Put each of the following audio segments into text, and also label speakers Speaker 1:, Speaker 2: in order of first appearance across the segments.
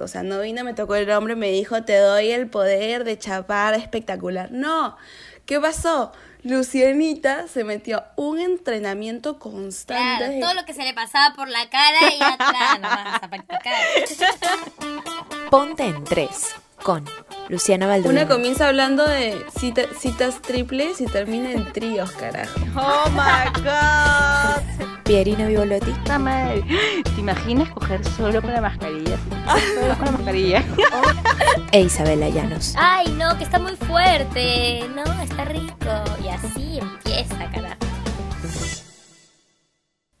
Speaker 1: O sea, no vino, me tocó el hombre, me dijo, te doy el poder de chapar espectacular. No, ¿qué pasó? Lucianita se metió un entrenamiento constante.
Speaker 2: Claro, todo lo que se le pasaba por la cara y atrás nomás a practicar.
Speaker 3: Ponte en tres con Luciana Valdovinos.
Speaker 1: Una comienza hablando de cita- citas triples y termina en tríos, carajo.
Speaker 4: Oh my god.
Speaker 3: Pierina Vivolotti,
Speaker 4: Puta madre. ¿Te imaginas coger solo con la mascarilla? Solo con la mascarilla.
Speaker 3: e Isabela Llanos.
Speaker 2: Ay, no, que está muy fuerte. No, está rico. Y así empieza, carajo.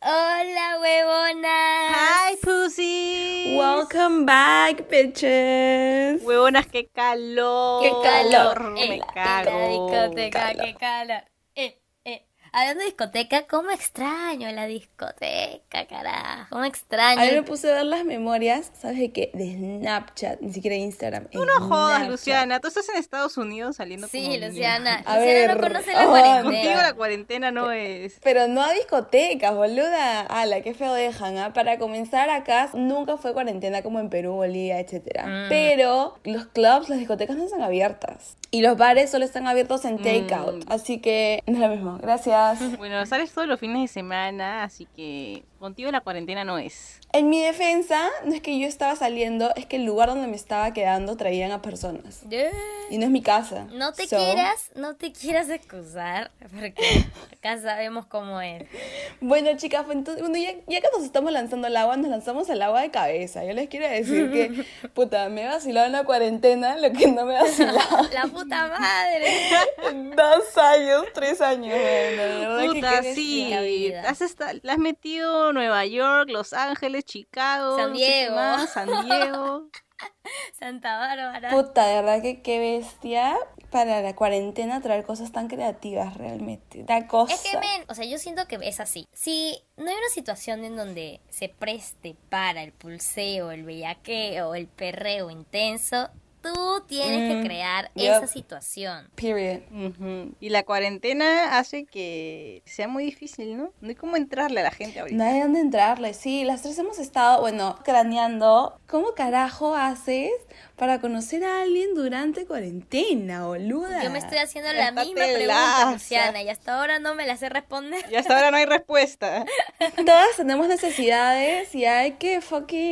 Speaker 2: Hola, huevona.
Speaker 4: Hi, pussy.
Speaker 1: Welcome back, bitches.
Speaker 4: Huevonas, qué calor.
Speaker 1: Qué calor.
Speaker 4: Me
Speaker 2: Eh,
Speaker 4: cago.
Speaker 2: la discoteca, qué calor. Eh, eh. Hablando de discoteca, ¿cómo extraño la discoteca, carajo? ¿Cómo extraño?
Speaker 1: Ahí me puse a ver las memorias, ¿sabes de qué? De Snapchat, ni siquiera de Instagram.
Speaker 4: Tú no jodas, Luciana. Tú estás en Estados Unidos saliendo como
Speaker 2: Sí,
Speaker 4: niña.
Speaker 2: Luciana.
Speaker 1: A
Speaker 2: Luciana
Speaker 1: ver,
Speaker 2: no conoce
Speaker 1: ay,
Speaker 2: la
Speaker 4: Contigo
Speaker 2: cuarentena.
Speaker 4: la cuarentena no es.
Speaker 1: Pero no a discotecas, boluda. Ala, qué feo dejan, ¿ah? Para comenzar acá, nunca fue cuarentena como en Perú, Bolivia, etcétera.
Speaker 2: Mm.
Speaker 1: Pero los clubs, las discotecas no están abiertas. Y los bares solo están abiertos en
Speaker 2: Mm.
Speaker 1: takeout. Así que no es lo mismo. Gracias.
Speaker 4: Bueno, sales todos los fines de semana, así que contigo la cuarentena no es.
Speaker 1: En mi defensa, no es que yo estaba saliendo, es que el lugar donde me estaba quedando traían a personas.
Speaker 2: Yeah.
Speaker 1: Y no es mi casa.
Speaker 2: No te
Speaker 1: So,
Speaker 2: quieras, no te quieras excusar, porque acá sabemos cómo es.
Speaker 1: Bueno, chicas, pues, entonces, bueno, ya, ya que nos estamos lanzando al agua, nos lanzamos al agua de cabeza. Yo les quiero decir que, puta, me he vacilado en la cuarentena lo que no me he vacilado
Speaker 2: La puta madre.
Speaker 1: en dos años, tres años. Bueno, de verdad que
Speaker 4: Puta,
Speaker 1: quieres-
Speaker 2: la
Speaker 4: sí.
Speaker 2: vida?
Speaker 4: Has esta- la has metido Nueva York, Los Ángeles, Chicago,
Speaker 2: San
Speaker 4: no sé qué
Speaker 2: Diego.
Speaker 4: más, San Diego.
Speaker 2: Santa Bárbara.
Speaker 1: Puta, de verdad que qué bestia para la cuarentena traer cosas tan creativas realmente. La cosa.
Speaker 2: Es que, men, o sea, yo siento que es así. Si no hay una situación en donde se preste para el pulseo, el bellaqueo, el perreo intenso, tú tienes
Speaker 1: Mm,
Speaker 2: que crear
Speaker 1: yup.
Speaker 2: esa situación.
Speaker 1: Period.
Speaker 4: Ujú. Y la cuarentena hace que sea muy difícil, ¿no? No hay cómo entrarle a la gente ahorita.
Speaker 1: No hay dónde entrarle, sí, las tres hemos estado, bueno, craneando. ¿Cómo carajo haces para conocer a alguien durante cuarentena, boluda?
Speaker 2: Yo me estoy haciendo
Speaker 4: Ya
Speaker 2: la
Speaker 4: está
Speaker 2: misma
Speaker 4: telaza.
Speaker 2: pregunta, Luciana, y hasta ahora no me la sé responder.
Speaker 4: Y hasta ahora no hay respuesta.
Speaker 1: Todas tenemos necesidades y hay que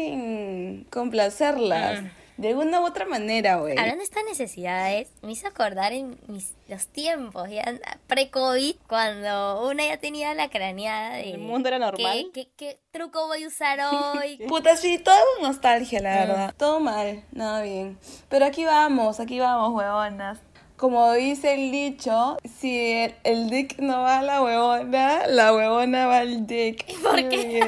Speaker 1: fucking complacerlas. De alguna u otra manera, güey.
Speaker 2: Hablando de estas necesidades, me hizo acordar en mis, los tiempos, ya pre-COVID, cuando una ya tenía la craneada de...
Speaker 4: El mundo era normal.
Speaker 2: ¿Qué, qué, qué truco voy a usar hoy?
Speaker 1: Puta, sí, todo con nostalgia, la verdad. Todo mal, nada bien. Pero aquí vamos, aquí vamos, huevonas. Como dice el dicho, si el, el dick no va a la huevona, la huevona va al dick. ¿Por qué?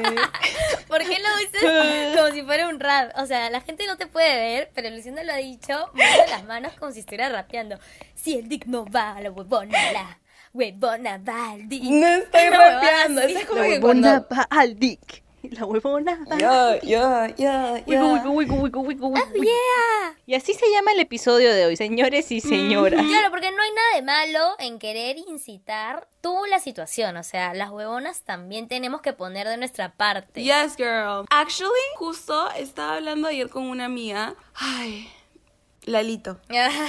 Speaker 2: ¿Por qué lo dices como si fuera un rap? O sea, la gente no te puede ver, pero Luciana lo ha dicho, moviendo las manos como si estuviera rapeando. Si el dick no va, la huevona, la huevona va al dick.
Speaker 1: No estoy
Speaker 2: Una huevada
Speaker 1: rapeando,
Speaker 2: así.
Speaker 1: eso es como
Speaker 4: La
Speaker 1: que
Speaker 4: huevona
Speaker 1: cuando...
Speaker 4: va al dick. La huevona va.
Speaker 1: Yo, yo, yo,
Speaker 4: Wico,
Speaker 1: yo. Ah,
Speaker 4: wico, wico, wico, wico, wico, wico.
Speaker 2: Yeah.
Speaker 4: Y así se llama el episodio de hoy, señores
Speaker 1: Mm.
Speaker 4: y señoras.
Speaker 2: Claro, porque no hay nada de malo en querer incitar tú la situación. O sea, las huevonas también tenemos que poner de nuestra parte.
Speaker 1: Yes, girl. Actually, justo estaba hablando ayer con una amiga. Ay, Lalito.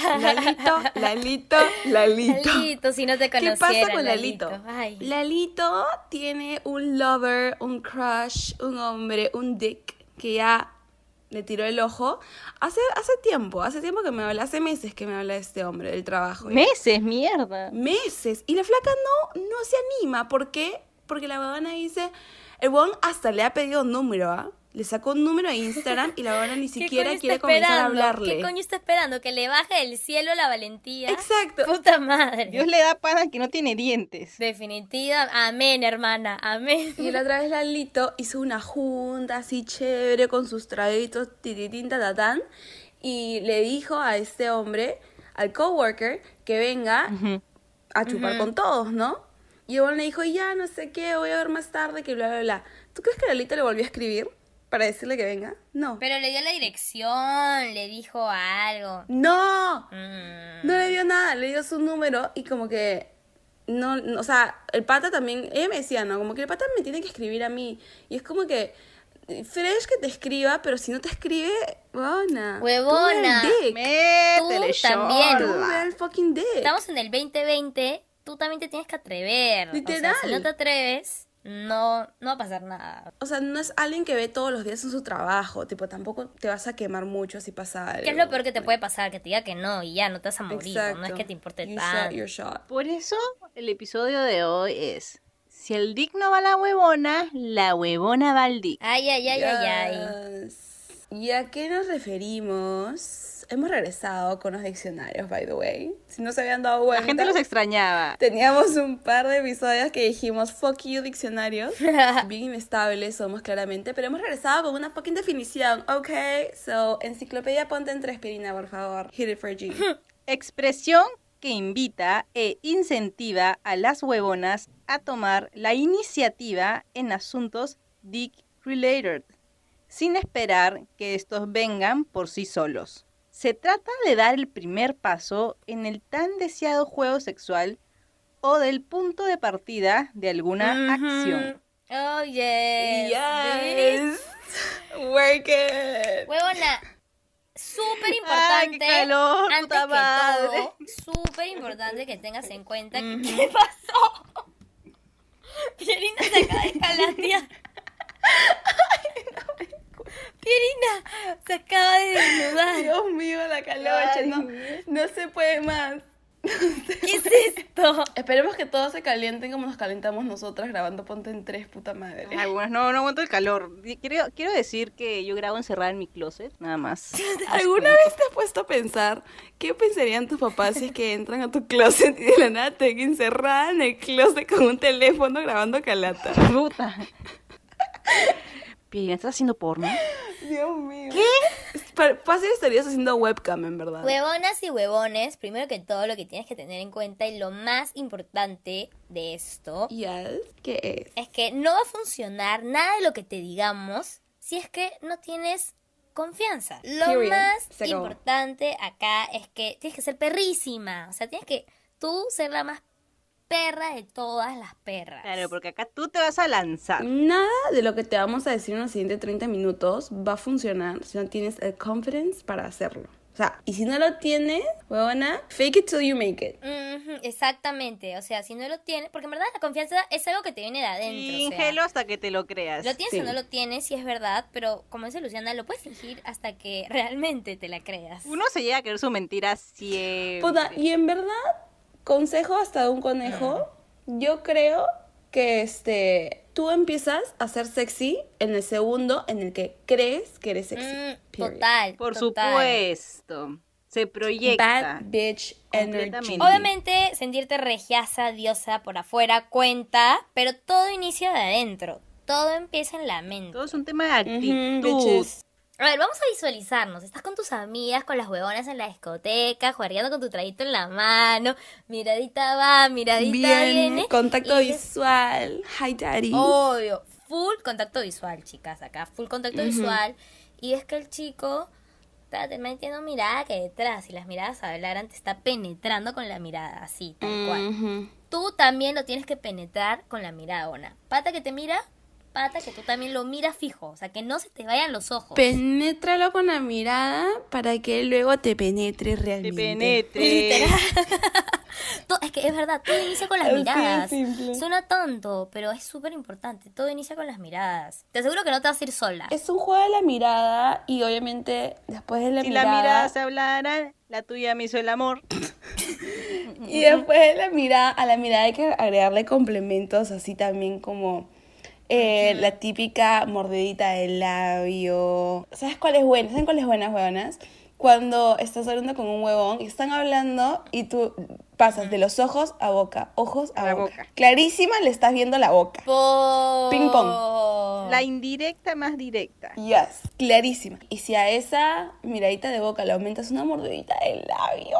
Speaker 1: Lalito, Lalito, Lalito.
Speaker 2: Lalito, si no te
Speaker 1: ¿Qué
Speaker 2: conociera.
Speaker 1: pasa con Lalito?
Speaker 2: Ay.
Speaker 1: Lalito tiene un lover, un crush, un hombre, un dick que ya le tiró el ojo. Hace, hace tiempo, hace tiempo que me habla, hace meses que me habla de este hombre, del trabajo.
Speaker 4: Meses, mierda.
Speaker 1: Meses. Y la flaca no, no se anima. ¿Por qué? Porque la babana dice. El weón hasta le ha pedido número, ¿ah? Le sacó un número a Instagram y la babana ni
Speaker 2: ¿Qué
Speaker 1: siquiera
Speaker 2: coño
Speaker 1: quiere
Speaker 2: está
Speaker 1: comenzar a
Speaker 2: esperando?
Speaker 1: hablarle.
Speaker 2: ¿Qué coño está esperando? ¿Que le baje del cielo la valentía?
Speaker 1: Exacto.
Speaker 2: Puta madre.
Speaker 4: Dios le da pana que no tiene dientes.
Speaker 2: Definitiva. Amén, hermana. Amén.
Speaker 1: Y la otra vez Lalito hizo una junta así chévere con sus traguitos tiritín tatatán y le dijo a este hombre, al coworker, que venga a chupar con todos, ¿no? Y el weón le dijo, ya, no sé qué, voy a ver más tarde, que bla, bla, bla. ¿Tú crees que Lalito le volvió a escribir para decirle que venga? No.
Speaker 2: Pero le dio la dirección, le dijo algo.
Speaker 1: ¡No!
Speaker 2: Mm.
Speaker 1: No le dio nada, le dio su número y como que no, no, o sea, el pata también, ella me decía, no, como que el pata me tiene que escribir a mí. Y es como que Fresh que te escriba, pero si no te escribe, huevona. tú ve el
Speaker 2: Huevona.
Speaker 1: dick.
Speaker 4: Métele,
Speaker 2: Tú también.
Speaker 1: Tú
Speaker 4: shorla.
Speaker 1: ve el fucking dick.
Speaker 2: Estamos en el 2020, tú también te tienes que atrever. O sea,
Speaker 1: Literal.
Speaker 2: si no te atreves, no, no va a pasar nada.
Speaker 1: O sea, no es alguien que ve todos los días en su trabajo. Tipo, tampoco te vas a quemar mucho si pasa algo.
Speaker 2: ¿Qué es lo peor que te puede pasar? Que te diga que no y ya no te vas a morir. ¿no?
Speaker 1: Exacto.
Speaker 2: No es que te importe
Speaker 1: You shot
Speaker 2: tanto.
Speaker 1: your shot.
Speaker 4: Por eso el episodio de hoy es Si el dick no va a la huevona, la huevona va al dick.
Speaker 2: Ay, ay, ay, ay, ay.
Speaker 1: Yes. ¿Y a qué nos referimos? Hemos regresado con los diccionarios, by the way. Si no se habían dado
Speaker 4: La
Speaker 1: cuenta.
Speaker 4: gente los extrañaba.
Speaker 1: Teníamos un par de episodios que dijimos fuck you diccionarios. Bien inestables somos claramente, pero hemos regresado con una fucking definición, ok? So, enciclopedia ponte en tres, Pirina, por favor. Hit it for G.
Speaker 4: Expresión que invita e incentiva a las huevonas a tomar la iniciativa en asuntos dick related, sin esperar que estos vengan por sí solos. Se trata de dar el primer paso en el tan deseado juego sexual o del punto de partida de alguna acción.
Speaker 2: Ujú. Oh, yes. bitch.
Speaker 1: Yes. Work it.
Speaker 2: Huevona, súper
Speaker 4: Ay, qué
Speaker 2: importante.
Speaker 4: calor,
Speaker 2: antes
Speaker 4: puta
Speaker 2: que
Speaker 4: madre.
Speaker 2: todo, súper importante que tengas en cuenta que qué le pasó. Pierina se acaba de calatear. Pierina se acaba de desnudar.
Speaker 1: Dios mío, la calocha,
Speaker 4: Ay,
Speaker 1: no, no se puede más.
Speaker 2: ¿Qué es esto?
Speaker 1: Esperemos que todos se calienten como nos calentamos nosotras grabando Ponte en tres, puta madre.
Speaker 4: Algunas no, no aguanto el calor. Quiero, quiero decir que yo grabo encerrada en mi closet, nada más.
Speaker 1: ¿Alguna vez te has puesto a pensar qué pensarían tus papás si es que entran a tu closet y de la nada te encerrada en el closet con un teléfono grabando calata?
Speaker 4: Puta. Pirina, ¿estás haciendo porno?
Speaker 1: Dios mío. ¿Qué? Pa- Fácil estarías haciendo webcam, en verdad.
Speaker 2: Huevonas y huevones, primero que todo lo que tienes que tener en cuenta y lo más importante de esto
Speaker 1: Yes. ¿Qué es?
Speaker 2: es que no va a funcionar nada de lo que te digamos si es que no tienes confianza. Lo
Speaker 1: Period.
Speaker 2: más
Speaker 1: Se acabó.
Speaker 2: importante acá es que tienes que ser perrísima. O sea, tienes que tú ser la más perra de todas las perras.
Speaker 4: Claro, porque acá tú te vas a lanzar.
Speaker 1: Nada de lo que te vamos a decir en los siguientes 30 minutos va a funcionar si no tienes el confidence para hacerlo. O sea, y si no lo tienes, huevona, fake it till you make it.
Speaker 2: Ujú, exactamente. O sea, si no lo tienes, porque en verdad la confianza es algo que te viene de adentro. o sea,
Speaker 4: Fíngelo hasta que te lo creas.
Speaker 2: Lo tienes
Speaker 1: Sí.
Speaker 2: o no lo tienes, si es verdad, pero como dice Luciana, lo puedes fingir hasta que realmente te la creas.
Speaker 4: Uno se llega a creer su mentira siempre.
Speaker 1: Puta, y en verdad, consejo hasta de un conejo, yo creo que este tú empiezas a ser sexy en el segundo en el que crees que eres sexy.
Speaker 2: Mm,
Speaker 1: Period.
Speaker 2: total.
Speaker 4: Por
Speaker 2: total.
Speaker 4: supuesto. Se proyecta.
Speaker 1: Bad bitch energy.
Speaker 4: Completamente.
Speaker 2: Obviamente, sentirte regiaza, diosa por afuera cuenta, pero todo inicia de adentro. Todo empieza en la mente.
Speaker 4: Todo es un tema de
Speaker 1: Ujú,
Speaker 4: actitud.
Speaker 1: bitches.
Speaker 2: A ver, vamos a visualizarnos. Estás con tus amigas, con las huevonas en la discoteca, jugando con tu traguito en la mano. Miradita va, miradita
Speaker 1: Bien,
Speaker 2: viene.
Speaker 1: contacto
Speaker 2: y Oh, dices,
Speaker 1: visual. Hi daddy.
Speaker 2: Obvio, full contacto visual, chicas, acá, full contacto visual. Y es que el chico está te metiendo mirada que detrás, y las miradas hablaran, te está penetrando con la mirada, así, tal
Speaker 1: Mm.
Speaker 2: cual.
Speaker 1: Ujú.
Speaker 2: Tú también lo tienes que penetrar con la mirada, Ona. Pata que te mira, pata que tú también lo miras fijo, o sea, que no se te vayan los ojos.
Speaker 1: Penétralo con la mirada para que él luego te penetre realmente.
Speaker 4: Te penetre.
Speaker 2: To- es que es verdad, todo inicia con las miradas.
Speaker 1: simple.
Speaker 2: Suena tonto, pero es súper importante, todo inicia con las miradas. Te aseguro que no te vas a ir sola.
Speaker 1: Es un juego de la mirada y obviamente después de la
Speaker 4: Si la
Speaker 1: mirada.
Speaker 4: mirada se hablara, la tuya me hizo el amor.
Speaker 1: Y después de la mirada, a la mirada hay que agregarle complementos así también como eh, la típica mordidita del labio. ¿Sabes cuál es buena? ¿Saben cuál es buena, huevonas? Cuando estás hablando con un huevón y están hablando y tú pasas de los ojos a boca, ojos a,
Speaker 4: A la
Speaker 1: boca.
Speaker 4: boca.
Speaker 1: Clarísima le estás viendo la boca.
Speaker 2: Por...
Speaker 1: Ping pong.
Speaker 4: La indirecta más directa.
Speaker 1: Yes, clarísima. Y si a esa miradita de boca le aumentas una mordidita del labio,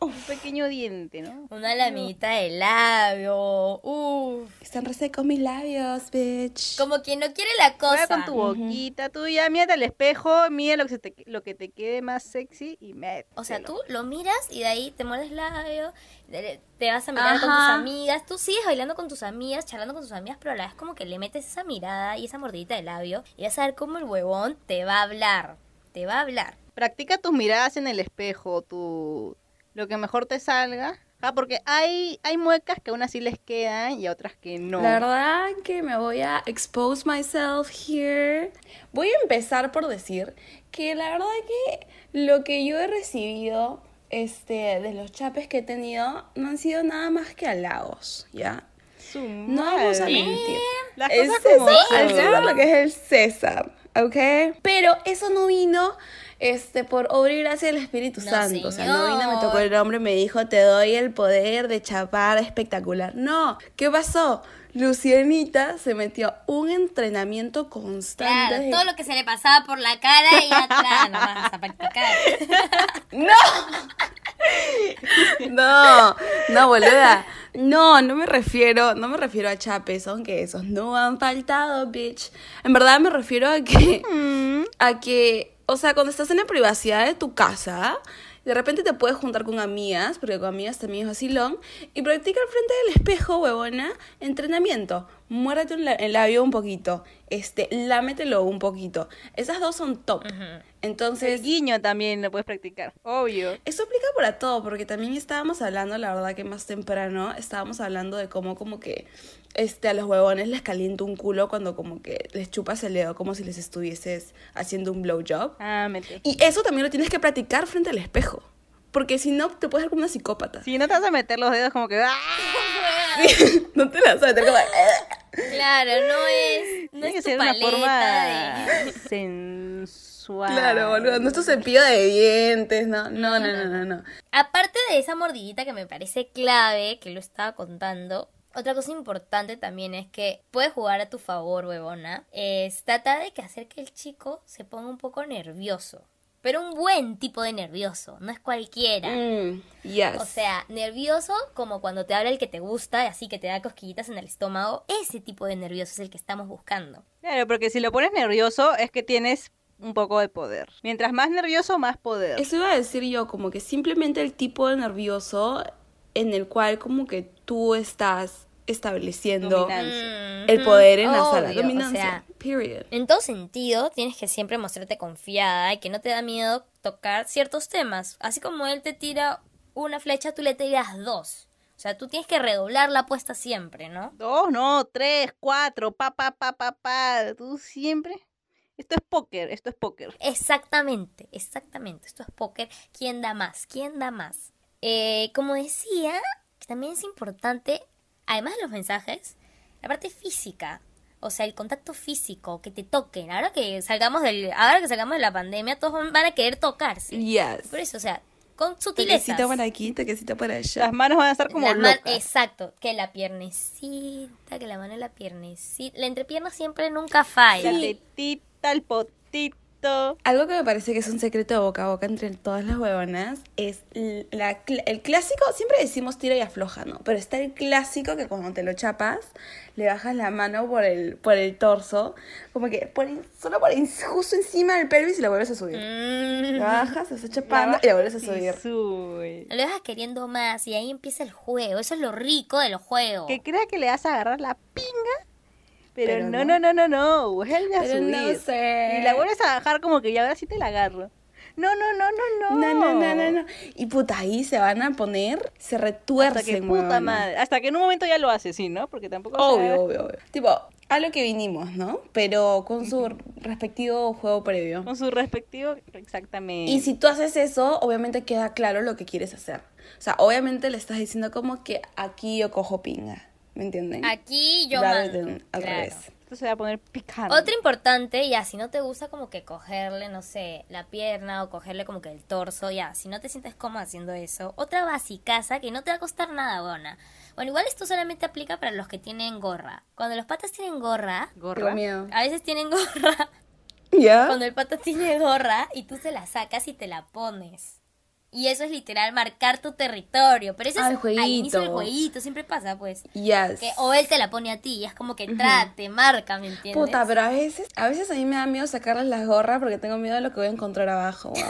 Speaker 4: un pequeño diente, ¿no?
Speaker 2: Una lamita de labio. Uf.
Speaker 1: Están resecos mis labios, bitch.
Speaker 2: Como quien no quiere la
Speaker 4: Juega
Speaker 2: cosa.
Speaker 4: con tu boquita, tú ya mírate al espejo, mira lo que, se te, lo que te quede más sexy y mételo.
Speaker 2: O sea, tú lo miras y de ahí te muerdes el labio, de- te vas a mirar con tus
Speaker 1: Ajá.
Speaker 2: amigas, tú sigues bailando con tus amigas, charlando con tus amigas, pero a la vez como que le metes esa mirada y esa mordidita de labio y vas a ver cómo el huevón te va a hablar, te va a hablar.
Speaker 4: Practica tus miradas en el espejo, tu... lo que mejor te salga. Ah, porque hay, hay muecas que aún así les quedan y a otras que no.
Speaker 1: La verdad que me voy a expose myself here. Voy a empezar por decir que la verdad que lo que yo he recibido este, de los chapes que he tenido no han sido nada más que halagos, ¿ya?
Speaker 4: Su
Speaker 1: No vamos a
Speaker 4: madre.
Speaker 1: mentir.
Speaker 4: Las
Speaker 1: El
Speaker 4: cosas como
Speaker 1: César,
Speaker 4: son.
Speaker 1: al César lo que es el César, ¿ok? Pero eso no vino este, por obra y gracia del Espíritu
Speaker 2: No,
Speaker 1: Santo. O sea, no vino, me
Speaker 2: señor.
Speaker 1: tocó el hombre y me dijo, te doy el poder de chapar espectacular. No, ¿qué pasó? Lucianita se metió a un entrenamiento constante.
Speaker 2: Claro,
Speaker 1: de-
Speaker 2: todo lo que se le pasaba por la cara y atrás nomás a practicar.
Speaker 1: No, no, boluda. No, no me refiero, no me refiero a chapes, aunque esos no han faltado, bitch. En verdad me refiero a que,
Speaker 4: Mm.
Speaker 1: a que, o sea, cuando estás en la privacidad de tu casa, de repente te puedes juntar con amigas, porque con amigas también es vacilón, y practica al frente del espejo, huevona, entrenamiento. Muérdete un la- el labio un poquito, este, lámetelo un poquito. Esas dos son top. Entonces,
Speaker 4: El guiño también lo puedes practicar, obvio.
Speaker 1: eso aplica para todo, porque también estábamos hablando, la verdad que más temprano, estábamos hablando de cómo como que este, a los huevones les calienta un culo cuando como que les chupas el dedo como si les estuvieses haciendo un blowjob.
Speaker 4: Ah, mete.
Speaker 1: Y eso también lo tienes que practicar frente al espejo, porque si no te puedes ver como una psicópata.
Speaker 4: Si no te vas a meter los dedos como que... ¡ah!
Speaker 1: no te la sabes, te como... "Eh,
Speaker 2: Claro, no es, no
Speaker 4: Tiene que
Speaker 2: es tu
Speaker 4: ser una
Speaker 2: paleta
Speaker 4: forma
Speaker 2: de...
Speaker 4: sensual.
Speaker 1: Claro, boludo, no es tu cepillo de dientes, no, no, no, no, no. no.
Speaker 2: Aparte de esa mordidita que me parece clave, que lo estaba contando, otra cosa importante también es que puedes jugar a tu favor, huevona. Es trata de que hacer que el chico se ponga un poco nervioso. Pero un buen tipo de nervioso, no es cualquiera.
Speaker 1: Mm, yes.
Speaker 2: O sea, nervioso como cuando te habla el que te gusta, así que te da cosquillitas en el estómago. Ese tipo de nervioso es el que estamos buscando.
Speaker 4: Claro, porque si lo pones nervioso es que tienes un poco de poder. Mientras más nervioso, más poder.
Speaker 1: Eso iba a decir yo, como que simplemente el tipo de nervioso en el cual como que tú estás estableciendo
Speaker 4: Dominancia.
Speaker 1: el poder en la sala.
Speaker 2: Mm, Obvio, o
Speaker 1: Dominancia.
Speaker 2: sea,
Speaker 1: period.
Speaker 2: En todo sentido, tienes que siempre mostrarte confiada y que no te da miedo tocar ciertos temas. Así como él te tira una flecha, tú le tiras dos. O sea, tú tienes que redoblar la apuesta siempre, ¿no?
Speaker 4: Dos, no, tres, cuatro, pa, pa, pa, pa, pa. Tú siempre. Esto es póker, esto es póker.
Speaker 2: Exactamente, exactamente. Esto es póker. ¿Quién da más? ¿Quién da más? Eh, como decía, que también es importante, además de los mensajes, la parte física. O sea, el contacto físico, que te toquen. Ahora que salgamos del, ahora que salgamos de la pandemia, todos van a querer tocarse.
Speaker 1: Yes.
Speaker 2: Por eso, o sea, con sutileza.
Speaker 1: Toquecito para aquí, toquecito para allá.
Speaker 4: Las manos van a estar como locas.
Speaker 2: Exacto, que la piernecita, que la mano en la piernecita. La entrepierna siempre nunca falla.
Speaker 4: La tetita, el potito.
Speaker 1: Algo que me parece que es un secreto de boca a boca entre todas las huevonas es l- la cl- el clásico, siempre decimos tira y afloja, ¿no? Pero está el clásico que cuando te lo chapas, le bajas la mano por el, por el torso, como que por en- solo por en- justo encima del pelvis y la vuelves a subir.
Speaker 2: Mm.
Speaker 1: La bajas, la estás chapando y la vuelves a
Speaker 4: Y
Speaker 1: subir.
Speaker 4: sube.
Speaker 2: Lo dejas queriendo más y ahí empieza el juego. Eso es lo rico del juego.
Speaker 4: Que crea que le vas a agarrar la pinga. Pero,
Speaker 1: Pero
Speaker 4: no,
Speaker 1: no.
Speaker 4: no, no, no, no. Vuelve a
Speaker 1: Pero
Speaker 4: subir.
Speaker 1: no sé.
Speaker 4: Y la vuelves a bajar como que ya ahora sí te la agarro. No, no, no, no, no.
Speaker 1: No, no, no, no, no. Y puta, ahí se van a poner, se retuercen.
Speaker 4: Hasta que puta
Speaker 1: huevona.
Speaker 4: madre. Hasta que en un momento ya lo hace, sí, ¿no? Porque tampoco. o sea,
Speaker 1: Obvio, obvio, obvio. Tipo, a lo que vinimos, ¿no? Pero con su respectivo juego previo.
Speaker 4: Con su respectivo, exactamente.
Speaker 1: Y si tú haces eso, obviamente queda claro lo que quieres hacer. O sea, obviamente le estás diciendo como que aquí yo cojo pinga. ¿Me entienden?
Speaker 2: Aquí yo
Speaker 1: Rather
Speaker 2: mando.
Speaker 1: than al
Speaker 2: Claro.
Speaker 1: revés.
Speaker 4: Esto se va a poner
Speaker 1: Ah,
Speaker 4: picante.
Speaker 2: Otro importante, ya, si no te gusta como que cogerle, no sé, la pierna o cogerle como que el torso, ya, si no te sientes cómodo haciendo eso. Otra basicaza que no te va a costar nada, bona. Bueno, igual esto solamente aplica para los que tienen gorra. Cuando los patas tienen gorra,
Speaker 1: Tengo
Speaker 4: Gorra.
Speaker 1: miedo.
Speaker 2: a veces tienen gorra.
Speaker 1: ¿Ya?
Speaker 2: Cuando el pata tiene gorra y tú se la sacas y te la pones. Y eso es literal marcar tu territorio. Pero eso
Speaker 1: Ah,
Speaker 2: es
Speaker 1: el jueguito.
Speaker 2: al inicio del jueguito, siempre pasa, pues.
Speaker 1: Yes.
Speaker 2: Que, o él te la pone a ti y es como que trate, marca, ¿me entiendes?
Speaker 1: Puta, pero a veces, a veces a mí me da miedo sacarles las gorras porque tengo miedo de lo que voy a encontrar abajo. weón.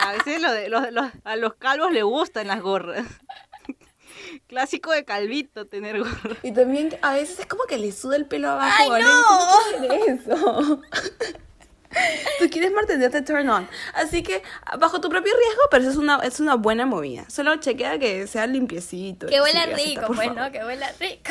Speaker 4: A veces lo de- los- los- a los calvos le gustan las gorras. Clásico de calvito tener gorras.
Speaker 1: Y también a veces es como que le suda el pelo abajo.
Speaker 2: ¡Ay,
Speaker 1: ¿vale?
Speaker 2: no!
Speaker 1: ¿Tú quieres eso? Tú quieres mantenerte turn on. Así que bajo tu propio riesgo, pero eso es una, es una buena movida. Solo chequea que sea limpiecito.
Speaker 2: que huela
Speaker 1: sin grasita,
Speaker 2: rico,
Speaker 1: por
Speaker 2: pues,
Speaker 1: favor.
Speaker 2: ¿no? Que huela rico.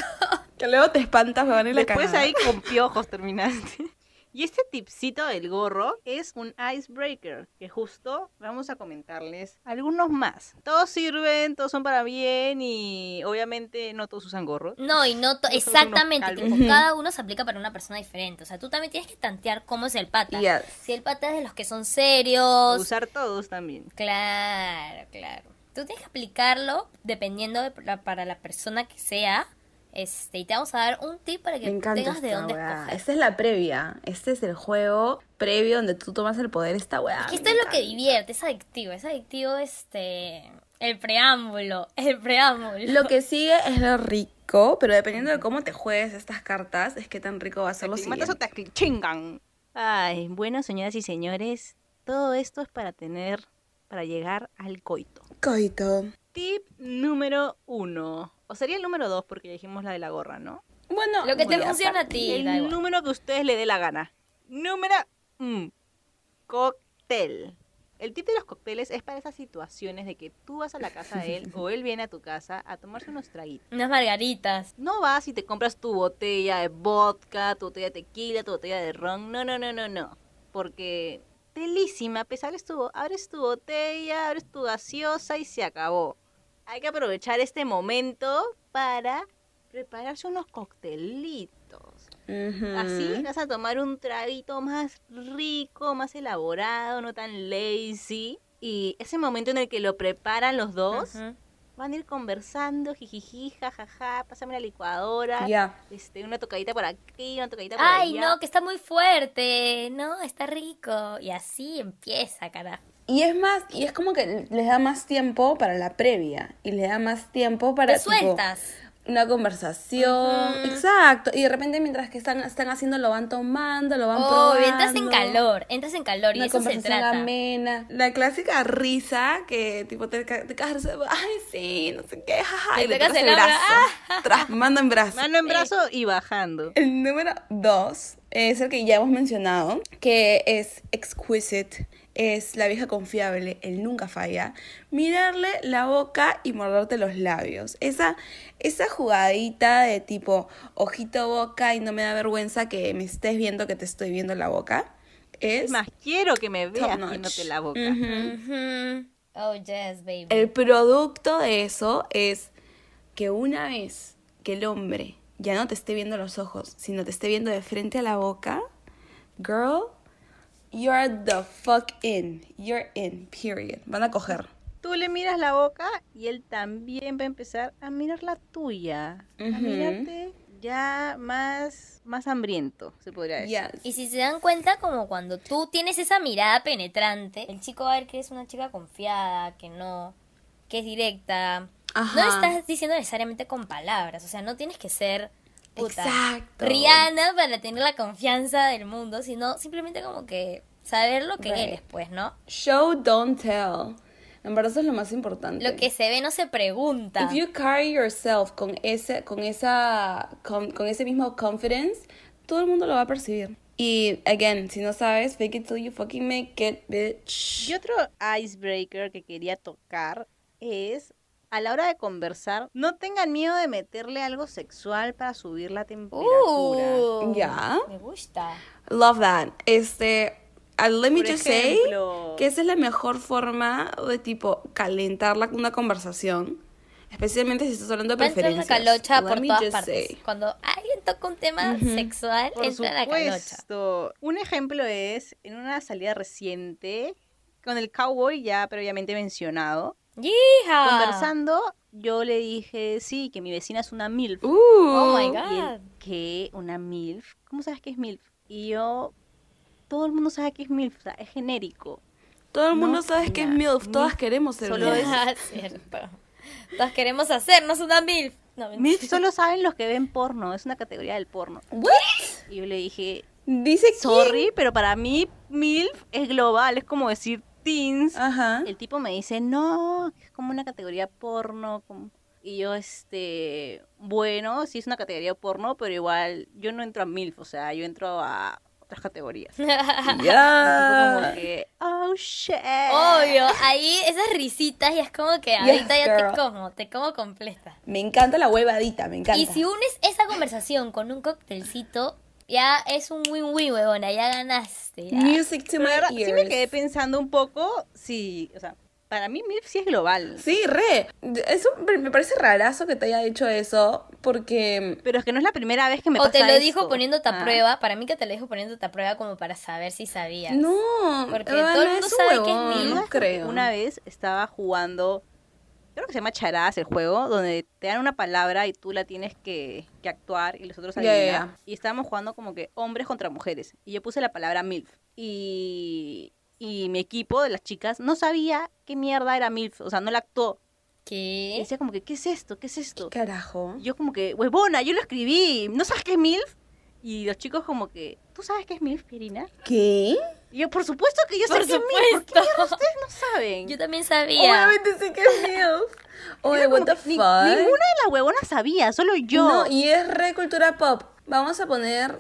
Speaker 1: Que luego te espantas, me van a ir la
Speaker 4: Después
Speaker 1: cagada.
Speaker 4: ahí con piojos terminaste. Y este tipcito del gorro es un icebreaker, que justo vamos a comentarles algunos más. Todos sirven, todos son para bien y obviamente no todos usan gorros.
Speaker 2: No, y no, to-
Speaker 4: Nosotros unos
Speaker 2: exactamente,
Speaker 4: calvos.
Speaker 2: tipo,
Speaker 1: Ujú.
Speaker 2: cada uno se aplica para una persona diferente. O sea, tú también tienes que tantear cómo es el pata.
Speaker 1: Yes.
Speaker 2: Si el pata es de los que son serios.
Speaker 4: Usar todos también.
Speaker 2: Claro, claro. Tú tienes que aplicarlo dependiendo de la- para la persona que sea. Este, y te vamos a dar un tip para que
Speaker 1: Me encanta
Speaker 2: tengas de
Speaker 1: esta
Speaker 2: dónde
Speaker 1: weá.
Speaker 2: escoger.
Speaker 1: Esta es la previa. Este es el juego previo donde tú tomas el poder. Esta weá.
Speaker 2: Que
Speaker 1: Ah, me
Speaker 2: esto es lo que
Speaker 1: encanta.
Speaker 2: divierte, es adictivo, es adictivo este el preámbulo, el preámbulo.
Speaker 1: Lo que sigue es lo rico, pero dependiendo de cómo te juegues estas cartas, es que tan rico va a ser lo
Speaker 4: Te matas
Speaker 1: siguiente.
Speaker 4: o te chingan. Ay, bueno, señoras y señores, todo esto es para tener, para llegar al coito.
Speaker 1: Coito.
Speaker 4: Tip número uno. O sería el número dos, porque ya dijimos la de la gorra, ¿no?
Speaker 1: Bueno,
Speaker 2: Lo que te
Speaker 1: ya,
Speaker 2: funciona
Speaker 1: para-
Speaker 2: a ti, da
Speaker 4: el
Speaker 2: igual.
Speaker 4: número que ustedes le dé la gana. Número mm, cóctel. El tip de los cócteles es para esas situaciones de que tú vas a la casa de él o él viene a tu casa a tomarse unos traguitos.
Speaker 2: Unas margaritas.
Speaker 4: No vas y te compras tu botella de vodka, tu botella de tequila, tu botella de ron. No, no, no, no, no. Porque telísima, pues abres tu, bo- abres tu botella, abres tu gaseosa y se acabó. Hay que aprovechar este momento para prepararse unos coctelitos.
Speaker 1: Ujú.
Speaker 4: Así vas a tomar un traguito más rico, más elaborado, no tan lazy. Y ese momento en el que lo preparan los dos,
Speaker 2: Ujú.
Speaker 4: van a ir conversando, jijiji, jajaja, pásame la licuadora,
Speaker 1: Ya.
Speaker 4: este, una tocadita por aquí, una tocadita por
Speaker 2: Ay,
Speaker 4: allá.
Speaker 2: no, que está muy fuerte. No, está rico. Y así empieza, carajo.
Speaker 1: Y es más, y es como que les da más tiempo para la previa y les da más tiempo para
Speaker 2: Te
Speaker 1: tipo,
Speaker 2: sueltas.
Speaker 1: una conversación. Exacto. Y de repente mientras que están, están haciendo lo van tomando, lo van
Speaker 2: Oh,
Speaker 1: probando.
Speaker 2: entras en calor, entras en calor y
Speaker 1: Una
Speaker 2: eso se
Speaker 1: conversación
Speaker 2: trata.
Speaker 1: amena. La clásica risa que tipo te, ca- te cagas, de risa, ay sí, no sé qué, jaja,
Speaker 2: Te
Speaker 1: y le
Speaker 2: tocas
Speaker 1: tocas
Speaker 2: el
Speaker 1: el
Speaker 2: hombro,
Speaker 1: brazo.
Speaker 2: Ah,
Speaker 1: Tras, mando en brazo.
Speaker 4: Mano en brazo y bajando.
Speaker 1: El número dos es el que ya hemos mencionado, que es exquisite, es la vieja confiable, el nunca falla. Mirarle la boca y morderte los labios. Esa, esa jugadita de tipo ojito boca y no me da vergüenza que me estés viendo que te estoy viendo la boca. Es
Speaker 4: Es más, quiero que me veas
Speaker 1: notch.
Speaker 4: viéndote la boca.
Speaker 1: Ujú.
Speaker 2: Ujú. Oh, yes, baby.
Speaker 1: El producto de eso es que una vez que el hombre ya no te esté viendo los ojos, sino te esté viendo de frente a la boca, girl, you're the fuck in. You're in, period. Van a coger.
Speaker 4: Tú le miras la boca y él también va a empezar a mirar la tuya. A
Speaker 1: Ujú.
Speaker 4: mirarte ya más, más hambriento, se podría decir.
Speaker 1: Yes.
Speaker 2: Y si se dan cuenta, como cuando tú tienes esa mirada penetrante, el chico va a ver que es una chica confiada, que no, que es directa. No
Speaker 1: Ajá.
Speaker 2: lo estás diciendo necesariamente con palabras, o sea, no tienes que ser puta,
Speaker 1: Exacto.
Speaker 2: Rihanna para tener la confianza del mundo, sino simplemente como que saber lo que
Speaker 1: Right.
Speaker 2: eres, pues, ¿no?
Speaker 1: Show, don't tell. En verdad eso es lo más importante.
Speaker 2: Lo que se ve no se pregunta.
Speaker 1: If you carry yourself con ese, con esa, con, con ese mismo confidence, todo el mundo lo va a percibir. Y again, si no sabes, fake it till you fucking make it, bitch.
Speaker 4: Y otro icebreaker que quería tocar es a la hora de conversar, no tengan miedo de meterle algo sexual para subir la temperatura.
Speaker 2: Uh,
Speaker 1: Ya.
Speaker 2: Me gusta.
Speaker 1: Love that. Este, uh, let me
Speaker 4: Por
Speaker 1: just
Speaker 4: ejemplo.
Speaker 1: say que esa es la mejor forma de tipo calentar la- una conversación, especialmente si estás hablando de
Speaker 2: Entra la
Speaker 1: preferencias.
Speaker 2: calocha
Speaker 1: Let
Speaker 2: por
Speaker 1: me
Speaker 2: todas
Speaker 1: just
Speaker 2: partes.
Speaker 1: say.
Speaker 2: Cuando alguien toca un tema sexual,
Speaker 4: Por
Speaker 2: entra la calocha.
Speaker 4: supuesto. Un ejemplo es en una salida reciente con el cowboy ya previamente mencionado.
Speaker 2: ¡Yija!
Speaker 4: Conversando, yo le dije, sí, que mi vecina es una MILF.
Speaker 2: Oh
Speaker 1: Uh,
Speaker 2: my
Speaker 4: Y él,
Speaker 2: god.
Speaker 4: ¿Qué? ¿Una MILF? ¿Cómo sabes que es MILF? Y yo, todo el mundo sabe que es MILF, o sea, es genérico.
Speaker 1: Todo el mundo
Speaker 4: No,
Speaker 1: sabe que es
Speaker 4: na-
Speaker 1: MILF,
Speaker 4: ni-
Speaker 1: todas queremos ser
Speaker 4: solo
Speaker 1: MILF.
Speaker 2: Ah, cierto. Todos queremos hacernos una mil. No, mentira.
Speaker 4: MILF solo saben los que ven porno, es una categoría del porno.
Speaker 1: ¿What?
Speaker 4: Y yo le dije,
Speaker 1: Dice que...
Speaker 4: sorry, pero para mí MILF es global, es como decir teens.
Speaker 1: Ajá.
Speaker 4: El tipo me dice, no, es como una categoría porno. como- Y yo, este, bueno, sí es una categoría porno, pero igual yo no entro a MILF, o sea, yo entro a otras categorías. Tipo como
Speaker 1: Ya.
Speaker 4: que, oh, shit.
Speaker 2: Obvio, ahí esas risitas ya es como que
Speaker 1: Yes,
Speaker 2: ahorita ya
Speaker 1: girl.
Speaker 2: te como, te como completa.
Speaker 1: Me encanta la huevadita, me encanta.
Speaker 2: Y si unes esa conversación con un cóctelcito, ya es un win-win, huevona, ya ganaste. ya.
Speaker 1: Music to
Speaker 4: Pero
Speaker 1: my
Speaker 4: ahora
Speaker 1: ears.
Speaker 4: sí me quedé pensando un poco, sí, o sea, para mí MILF sí es global.
Speaker 1: Sí, re. Eso me- me parece rarazo que te haya dicho eso, porque...
Speaker 4: Pero es que no es la primera vez que me
Speaker 2: O
Speaker 4: pasa
Speaker 2: te lo dijo
Speaker 4: esto.
Speaker 2: poniéndote a
Speaker 4: Ah.
Speaker 2: prueba, para mí que te lo dijo poniéndote a prueba como para saber si sabías.
Speaker 1: No,
Speaker 2: Porque
Speaker 1: Dana
Speaker 2: todo el mundo
Speaker 1: es un
Speaker 2: sabe que es
Speaker 1: huevón,
Speaker 2: MILF.
Speaker 1: No creo.
Speaker 4: Una vez estaba jugando, creo que se llama Charadas el juego, donde te dan una palabra y tú la tienes que, que actuar y los otros
Speaker 1: Ya,
Speaker 4: adivinar.
Speaker 1: ya, ya.
Speaker 4: Y estábamos jugando como que hombres contra mujeres. Y yo puse la palabra MILF. Y, y mi equipo de las chicas no sabía qué mierda era MILF. O sea, no la actuó. Y
Speaker 2: ¿Qué?
Speaker 4: decía como que, ¿qué es esto? ¿Qué es esto?
Speaker 1: Carajo.
Speaker 4: Y Yo como que, huevona, yo lo escribí. ¿No sabes qué es MILF? Y los chicos como que, ¿tú sabes qué es MILF, Pirina?
Speaker 1: ¿Qué?
Speaker 4: Y yo, por supuesto que yo
Speaker 2: Por
Speaker 4: sé que es MILF. ¿Por qué
Speaker 2: supuesto.
Speaker 4: mierda ustedes no saben?
Speaker 2: Yo también sabía.
Speaker 1: Obviamente sí que es MILF. Oye,
Speaker 4: Era
Speaker 1: what
Speaker 4: como
Speaker 1: the
Speaker 4: que
Speaker 1: fuck.
Speaker 4: ni- ninguna de las huevonas sabía, solo yo.
Speaker 1: No, y es re cultura pop. Vamos a poner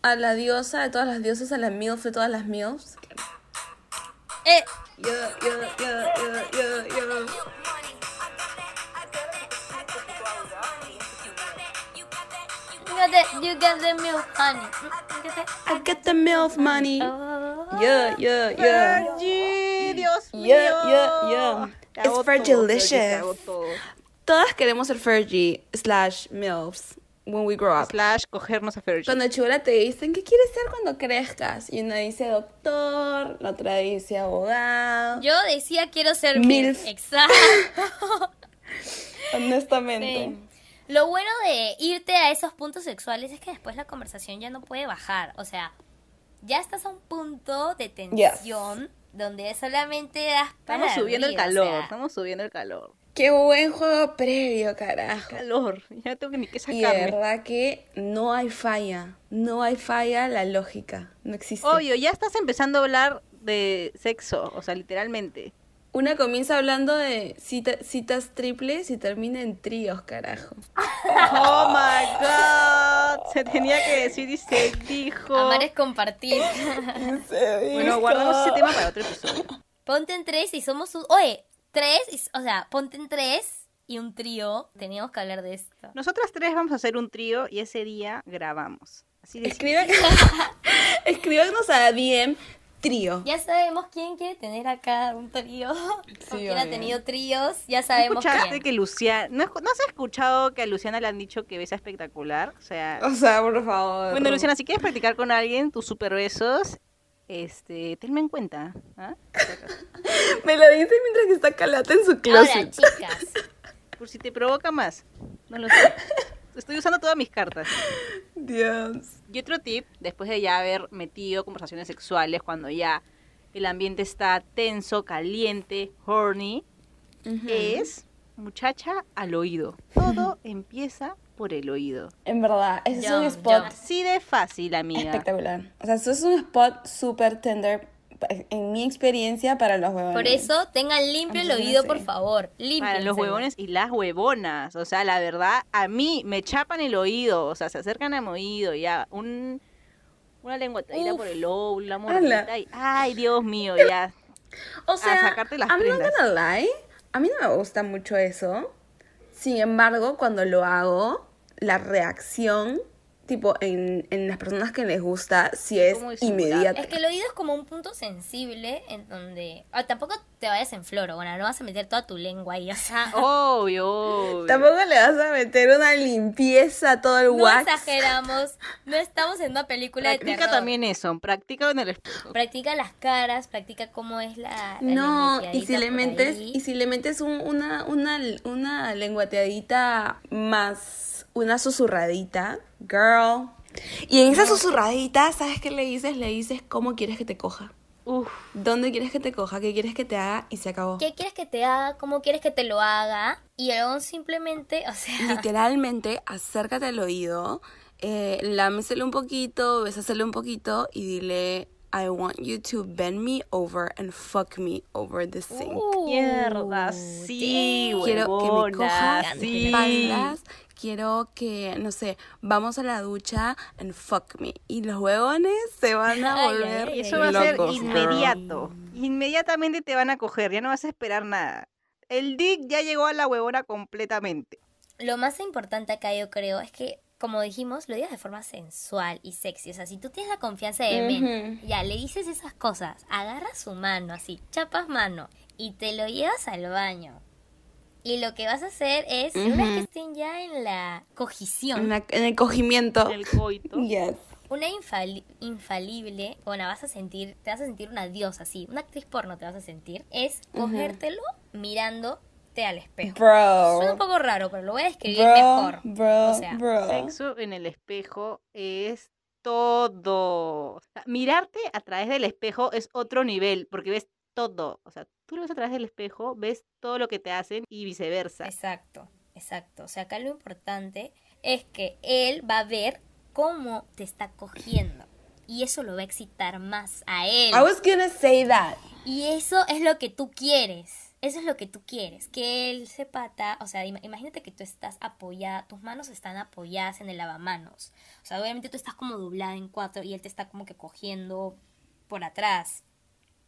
Speaker 1: a la diosa de todas las diosas, a la MILF de todas las MILFs.
Speaker 2: Eh,
Speaker 1: Yo, yo, yo, yo, yo, yo.
Speaker 2: you got the, you got the milk, honey. You got the-
Speaker 1: I got the MILF money.
Speaker 2: oh.
Speaker 1: Yo, yo, yo.
Speaker 4: Fergie, Dios mío.
Speaker 1: Yeah, yeah, yeah.
Speaker 4: Te
Speaker 1: It's Fergie
Speaker 4: hago todo, Fergie,
Speaker 1: delicious.
Speaker 4: te hago todo.
Speaker 1: Todas queremos ser Fergie slash MILFs when we grow up.
Speaker 4: Slash cogernos a Fergie.
Speaker 1: Cuando chula te dicen, ¿qué quieres ser cuando crezcas? Y una dice doctor, la otra dice abogado.
Speaker 2: Yo decía quiero ser
Speaker 1: Milf.
Speaker 2: milf. Exacto.
Speaker 1: Honestamente.
Speaker 2: Sí. Lo bueno de irte a esos puntos sexuales es que después la conversación ya no puede bajar. O sea, ya estás a un punto de tensión donde solamente das para
Speaker 4: Estamos subiendo el
Speaker 2: arriba,
Speaker 4: calor,
Speaker 2: o sea.
Speaker 4: estamos subiendo el calor.
Speaker 1: Qué buen juego previo, carajo.
Speaker 4: Calor, ya no tengo ni que
Speaker 1: Y de
Speaker 4: sacarme.
Speaker 1: verdad que no hay falla. No hay falla la lógica. No existe.
Speaker 4: Obvio, ya estás empezando a hablar de sexo, o sea, literalmente.
Speaker 1: Una comienza hablando de cita- citas triples y termina en tríos, carajo.
Speaker 4: Oh my god, se tenía que decir y se dijo.
Speaker 2: Amar es compartir.
Speaker 4: Bueno, guardamos ese tema para otro episodio.
Speaker 2: ponte en tres y somos un... Oye, tres, y- o sea, ponte en tres y un trío. Teníamos que hablar de esto.
Speaker 4: Nosotras tres vamos a hacer un trío y ese día grabamos. Así de
Speaker 1: Escriban, escríbanos a DM trío.
Speaker 2: Ya sabemos quién quiere tener acá un trío. o quién ha
Speaker 1: obvio.
Speaker 2: tenido tríos. Ya
Speaker 4: ¿No
Speaker 2: sabemos
Speaker 4: escuchaste
Speaker 2: quién.
Speaker 4: que Luciana, no, escu- no has escuchado que a Luciana le han dicho que besa espectacular? O sea,
Speaker 1: O sea, por favor.
Speaker 4: bueno, Luciana, si quieres practicar con alguien tus super besos, este, tenme en cuenta. ¿ah?
Speaker 1: Me lo dice mientras que está calata en su
Speaker 2: Ahora,
Speaker 1: closet.
Speaker 2: chicas.
Speaker 4: Por si te provoca más. No lo sé. Estoy usando todas mis cartas.
Speaker 1: Dios.
Speaker 4: Y otro tip, después de ya haber metido conversaciones sexuales, cuando ya el ambiente está tenso, caliente, horny, es muchacha al oído. Todo empieza por el oído.
Speaker 1: En verdad, ese es
Speaker 2: Yo,
Speaker 1: un spot
Speaker 2: yo.
Speaker 4: Así de fácil, amiga.
Speaker 1: espectacular. O sea, eso es un spot súper tender, pa- en mi experiencia, para los huevones.
Speaker 2: Por eso, tengan limpio el
Speaker 1: Entonces,
Speaker 2: oído,
Speaker 1: sí.
Speaker 2: por favor. Limpio.
Speaker 4: Para los huevones y las huevonas. O sea, la verdad, a mí me chapan el oído. O sea, se acercan a mi oído ya. Un, una lengüetadita
Speaker 2: Uf.
Speaker 4: por el ojo, una
Speaker 1: Ala.
Speaker 4: mordidita. y- Ay, Dios mío, ya.
Speaker 1: O sea,
Speaker 4: sacarte las
Speaker 1: I'm
Speaker 4: prendas.
Speaker 1: not gonna lie, a mí no me gusta mucho eso. Sin embargo, cuando lo hago, la reacción, tipo, en, en las personas que les gusta, sí es
Speaker 4: Como es
Speaker 1: inmediata.
Speaker 2: Es que el oído es como un punto sensible en donde. Ah, tampoco te vayas en floro, bueno, no vas a meter toda tu lengua ahí, o sea.
Speaker 4: Ah, oh, Obvio, obvio.
Speaker 1: Tampoco le vas a meter una limpieza a todo el
Speaker 2: No
Speaker 1: wax.
Speaker 2: exageramos, no estamos en una película de
Speaker 4: Practica
Speaker 2: terror.
Speaker 4: también eso, practícalo en el espejo.
Speaker 2: Practica las caras, practica cómo es la. la
Speaker 1: No, y si
Speaker 2: lengueteadita
Speaker 1: le
Speaker 2: por
Speaker 1: metes,
Speaker 2: ahí.
Speaker 1: y si le metes un- una, una, una lenguateadita más una susurradita, girl. Y en esa susurradita, ¿sabes qué le dices? Le dices cómo quieres que te coja. Uf. ¿Dónde quieres que te coja? ¿Qué quieres que te haga? Y se acabó.
Speaker 2: ¿Qué quieres que te haga? ¿Cómo quieres que te lo haga? Y luego simplemente, o sea,
Speaker 1: Literalmente, acércate al oído, eh, lámeselo un poquito, besáselo un poquito y dile, I want you to bend me over and fuck me over the sink.
Speaker 2: uh,
Speaker 4: Mierda, sí,
Speaker 1: quiero que me
Speaker 4: huevona,
Speaker 1: cojas
Speaker 4: sí.
Speaker 1: espaldas, quiero que, no sé, vamos a la ducha and fuck me. Y los huevones se van a
Speaker 2: Ay, ay,
Speaker 1: volver
Speaker 2: ay,
Speaker 4: Eso va a ser
Speaker 1: locos, girl.
Speaker 4: inmediato. Inmediatamente te van a coger, ya no vas a esperar nada. El dick ya llegó a la huevona completamente.
Speaker 2: lo más importante acá yo creo es que, como dijimos, lo digas de forma sensual y sexy. O sea, si tú tienes la confianza de men, ya le dices esas cosas, agarras su mano así, chapas mano y te lo llevas al baño. Y lo que vas a hacer es, una vez que estén ya en la cogición,
Speaker 1: En, la- en el cogimiento.
Speaker 4: coito.
Speaker 1: Yes.
Speaker 2: Una infali- infalible, bueno, vas a sentir, te vas a sentir una diosa, sí, una actriz porno te vas a sentir, es cogértelo mirándote al espejo.
Speaker 1: Bro.
Speaker 2: Suena un poco raro, pero lo voy a describir
Speaker 1: Bro,
Speaker 2: mejor.
Speaker 1: bro,
Speaker 2: o sea,
Speaker 1: bro.
Speaker 4: Sexo en el espejo es todo. O sea, Mirarte a través del espejo es otro nivel, porque ves todo. O sea, tú lo ves a través del espejo, ves todo lo que te hacen y viceversa.
Speaker 2: Exacto, exacto. O sea, acá lo importante es que él va a ver cómo te está cogiendo. Y eso lo va a excitar más a él.
Speaker 1: I was gonna say that.
Speaker 2: Y eso es lo que tú quieres. Eso es lo que tú quieres. Que él se pata. O sea, ima- imagínate que tú estás apoyada, tus manos están apoyadas en el lavamanos. O sea, obviamente tú estás como doblada en cuatro y él te está como que cogiendo por atrás.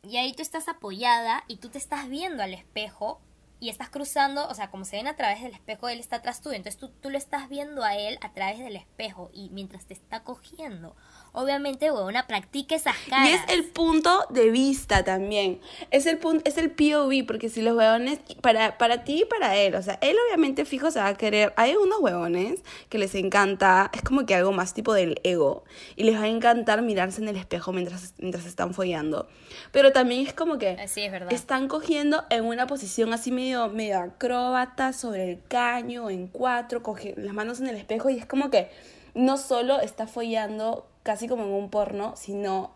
Speaker 2: Y ahí tú estás apoyada y tú te estás viendo al espejo y estás cruzando, o sea, como se ven a través del espejo, él está atrás tuyo. Entonces tú, tú lo estás viendo a él a través del espejo y mientras te está cogiendo. Obviamente, huevona, practica esas caras.
Speaker 1: Y es el punto de vista también. Es el punto, es el POV, porque si los huevones, para, para ti y para él, o sea, él obviamente fijo se va a querer. Hay unos huevones que les encanta, es como que algo más tipo del ego, y les va a encantar mirarse en el espejo mientras, mientras están follando. Pero también es como que
Speaker 2: Eh, Sí, es verdad.
Speaker 1: están cogiendo en una posición así medio, medio acróbata, sobre el caño, en cuatro, coge las manos en el espejo y es como que no solo está follando casi como en un porno, sino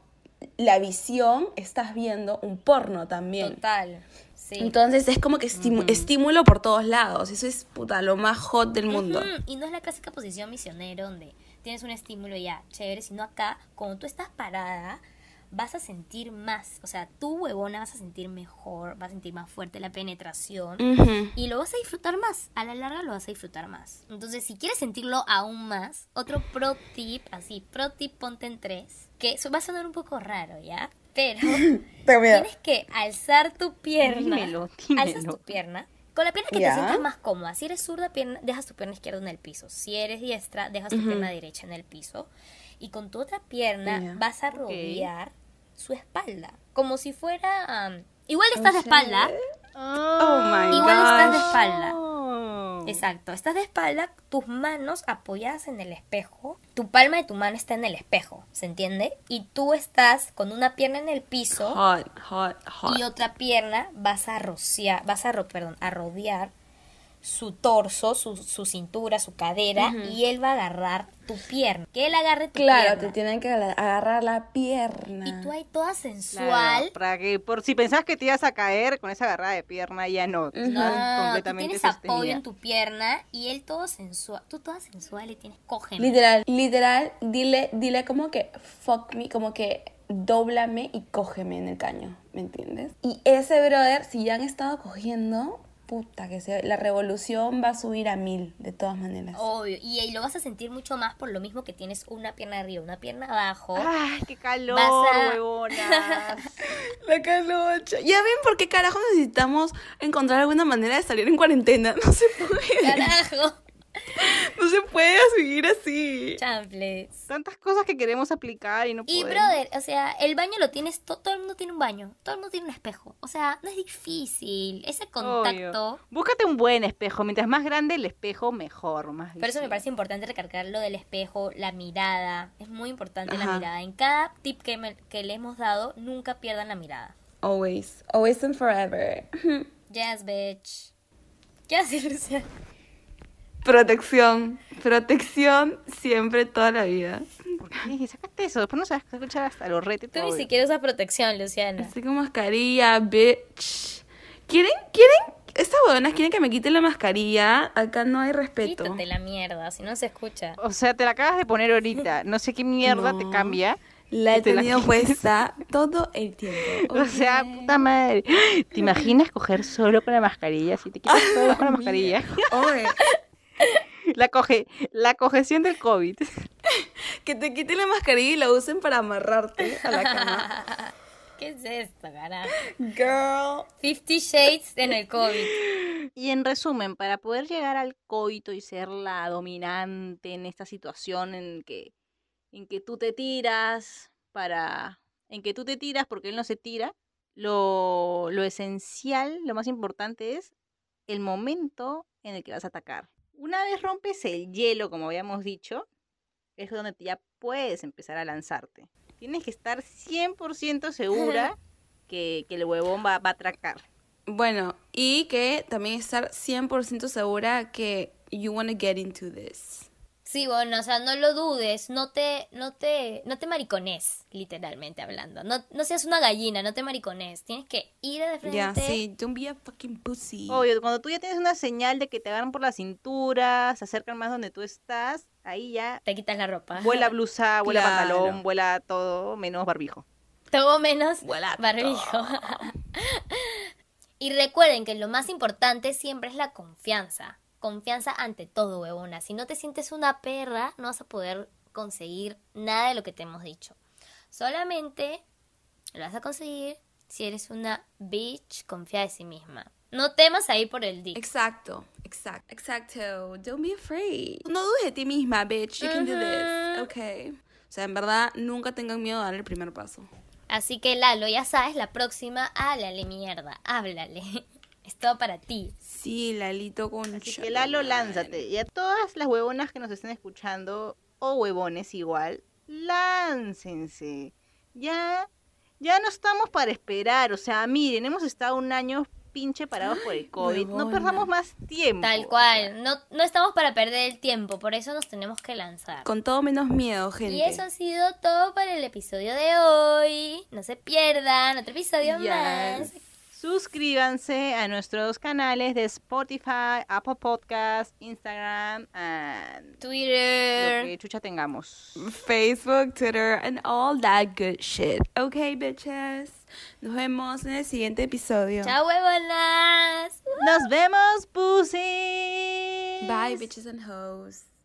Speaker 1: la visión, estás viendo un porno también.
Speaker 2: Total. Sí.
Speaker 1: Entonces es como que estimu- estímulo por todos lados. Eso es puta, lo más hot del mundo.
Speaker 2: Mm, y no es la clásica posición misionero donde tienes un estímulo ya chévere, sino acá, cuando tú estás parada, vas a sentir más. O sea, tu huevona vas a sentir mejor, vas a sentir más fuerte la
Speaker 1: Mm.
Speaker 2: penetración.
Speaker 1: Ujú.
Speaker 2: Y lo vas a disfrutar más, a la larga lo vas a disfrutar más. Entonces, si quieres sentirlo aún más, otro pro tip, así, pro tip ponte en tres, que eso va a sonar un poco raro, ¿ya? Pero tienes que alzar tu pierna.
Speaker 4: Dímelo,
Speaker 2: Alzas
Speaker 4: dímelo.
Speaker 2: tu pierna. Con la pierna que
Speaker 1: Ya.
Speaker 2: te sientas más cómoda. Si eres zurda, pierna, dejas tu pierna izquierda en el piso. Si eres diestra, dejas tu pierna derecha en el piso. Y con tu otra pierna
Speaker 1: Ya.
Speaker 2: vas a rodear su espalda. Como si fuera... am, igual estás de espalda.
Speaker 1: Oh my
Speaker 2: Igual estás de
Speaker 1: gosh.
Speaker 2: espalda.
Speaker 4: Oh.
Speaker 2: Exacto, estás de espalda, tus manos apoyadas en el espejo, tu palma de tu mano está en el espejo, ¿se entiende? Y tú estás con una pierna en el piso
Speaker 1: Hot, hot, hot.
Speaker 2: y otra pierna vas a rociar, vas a, ro- perdón, a rodear su torso, su, su cintura, su cadera y él va a agarrar tu pierna. Que él agarre tu
Speaker 1: Claro, te
Speaker 2: pierna.
Speaker 1: tienen que ala- agarrar la pierna.
Speaker 2: Y tú ahí toda
Speaker 4: Claro,
Speaker 2: sensual.
Speaker 4: para que por si pensabas que te ibas a caer con esa agarrada de pierna, ya no. estás
Speaker 2: No, tú tienes apoyo
Speaker 4: sostenida.
Speaker 2: en tu pierna y él todo sensual, tú toda sensual y tienes cógeme.
Speaker 1: Literal, literal, dile, dile como que fuck me, como que dóblame y cógeme en el caño, ¿me entiendes? Y ese brother, si ya han estado cogiendo, puta que se, la revolución va a subir a mil, de todas maneras.
Speaker 2: Obvio, y, y lo vas a sentir mucho más por lo mismo que tienes una pierna arriba, una pierna abajo.
Speaker 4: Ay, qué calor,
Speaker 2: Vas a-
Speaker 4: huevonas.
Speaker 1: La calocha. Ya ven por qué carajo necesitamos encontrar alguna manera de salir en cuarentena. No se puede,
Speaker 2: ¡Carajo!
Speaker 1: no se puede seguir así.
Speaker 2: Chanfles.
Speaker 4: Tantas cosas que queremos aplicar y no
Speaker 2: Y
Speaker 4: podemos.
Speaker 2: brother, o sea, el baño lo tienes, to- todo el mundo tiene un baño, todo el mundo tiene un espejo. O sea, no es difícil, ese
Speaker 4: Obvio.
Speaker 2: contacto.
Speaker 4: Búscate un buen espejo. Mientras más grande el espejo, mejor. Más
Speaker 2: Pero eso me
Speaker 4: visible.
Speaker 2: parece importante recargar lo del espejo, la mirada. Es muy importante la
Speaker 1: Ajá.
Speaker 2: mirada. En cada tip que, me- que le hemos dado, nunca pierdan la mirada.
Speaker 1: Always, always and forever.
Speaker 2: Yes, bitch. ¿Qué haces, Luciana?
Speaker 1: Protección, protección siempre toda la vida.
Speaker 4: Por ¿por qué sacaste eso? Después no se va a escuchar hasta los retes.
Speaker 2: Tú ni siquiera usas protección, Luciana.
Speaker 1: Estoy con mascarilla, bitch. ¿Quieren? ¿Quieren? Estas huevonas quieren que me quite la mascarilla. Acá no hay respeto.
Speaker 2: Quítate la mierda, si no se escucha.
Speaker 4: O sea, te la acabas de poner ahorita. No sé qué mierda te
Speaker 1: No.
Speaker 4: cambia.
Speaker 1: La he
Speaker 4: Te la
Speaker 1: tenido
Speaker 4: quites.
Speaker 1: puesta todo el tiempo.
Speaker 4: O sea, puta madre. ¿Te imaginas coger solo con la mascarilla? Si te quitas solo con la mascarilla.
Speaker 1: Oye,
Speaker 4: La coge, la cojeción del COVID.
Speaker 1: que te quiten la mascarilla y la usen para amarrarte a la cama.
Speaker 2: ¿Qué es esto, carajo?
Speaker 1: Girl.
Speaker 2: Fifty Shades en el COVID.
Speaker 4: Y en resumen, para poder llegar al coito y ser la dominante en esta situación en que, en que tú te tiras para. en que tú te tiras porque él no se tira, lo, lo esencial, lo más importante es el momento en el que vas a atacar. Una vez rompes el hielo, como habíamos dicho, es donde ya puedes empezar a lanzarte. Tienes que estar 100% segura que, que el huevón va, va a atracar.
Speaker 1: Bueno, y que también estar 100% segura que you wanna get into this.
Speaker 2: Sí, bueno, o sea, no lo dudes, no te, no te, no te maricones, literalmente hablando. No, no seas una gallina, no te maricones. Tienes que ir de frente.
Speaker 1: Ya, sí, don't be a fucking pussy.
Speaker 4: Obvio, cuando tú ya tienes una señal de que te agarran por la cintura, se acercan más donde tú estás, ahí ya
Speaker 2: Te quitas la ropa.
Speaker 4: vuela blusa, vuela
Speaker 1: Claro.
Speaker 4: pantalón, vuela todo, menos barbijo.
Speaker 2: Todo menos
Speaker 1: Vuela
Speaker 2: barbijo. y recuerden que lo más importante siempre es la confianza. Confianza ante todo, huevona. Si no te sientes una perra, no vas a poder conseguir nada de lo que te hemos dicho. Solamente lo vas a conseguir si eres una bitch confiada de sí misma. No temas ahí por el dick.
Speaker 1: Exacto, exacto, exacto. Don't be afraid. No dudes de ti misma, bitch. You can do this. Okay. O sea, en verdad, nunca tengan miedo a dar el primer paso.
Speaker 2: Así que Lalo, ya sabes, la próxima, háblale mierda, háblale. Es todo para ti.
Speaker 1: Sí, Lalito con
Speaker 4: Así que Lalo, lánzate. Y a todas las huevonas que nos estén escuchando, o huevones igual, láncense. Ya, ya no estamos para esperar. O sea, miren, hemos estado un año pinche parados por el COVID. No
Speaker 1: huevona.
Speaker 4: perdamos más tiempo.
Speaker 2: Tal cual. No, no estamos para perder el tiempo, por eso nos tenemos que lanzar.
Speaker 1: Con todo menos miedo, gente.
Speaker 2: Y eso ha sido todo para el episodio de hoy. No se pierdan otro episodio
Speaker 1: Yes.
Speaker 2: más.
Speaker 4: Suscríbanse a nuestros canales de Spotify, Apple Podcast, Instagram, and lo
Speaker 2: Twitter.
Speaker 4: que chucha tengamos.
Speaker 1: Facebook, Twitter, and all that good shit. Okay, bitches. Nos vemos en el siguiente episodio.
Speaker 2: Chao, huevonas.
Speaker 4: Nos vemos, pussy.
Speaker 1: Bye, bitches and hoes.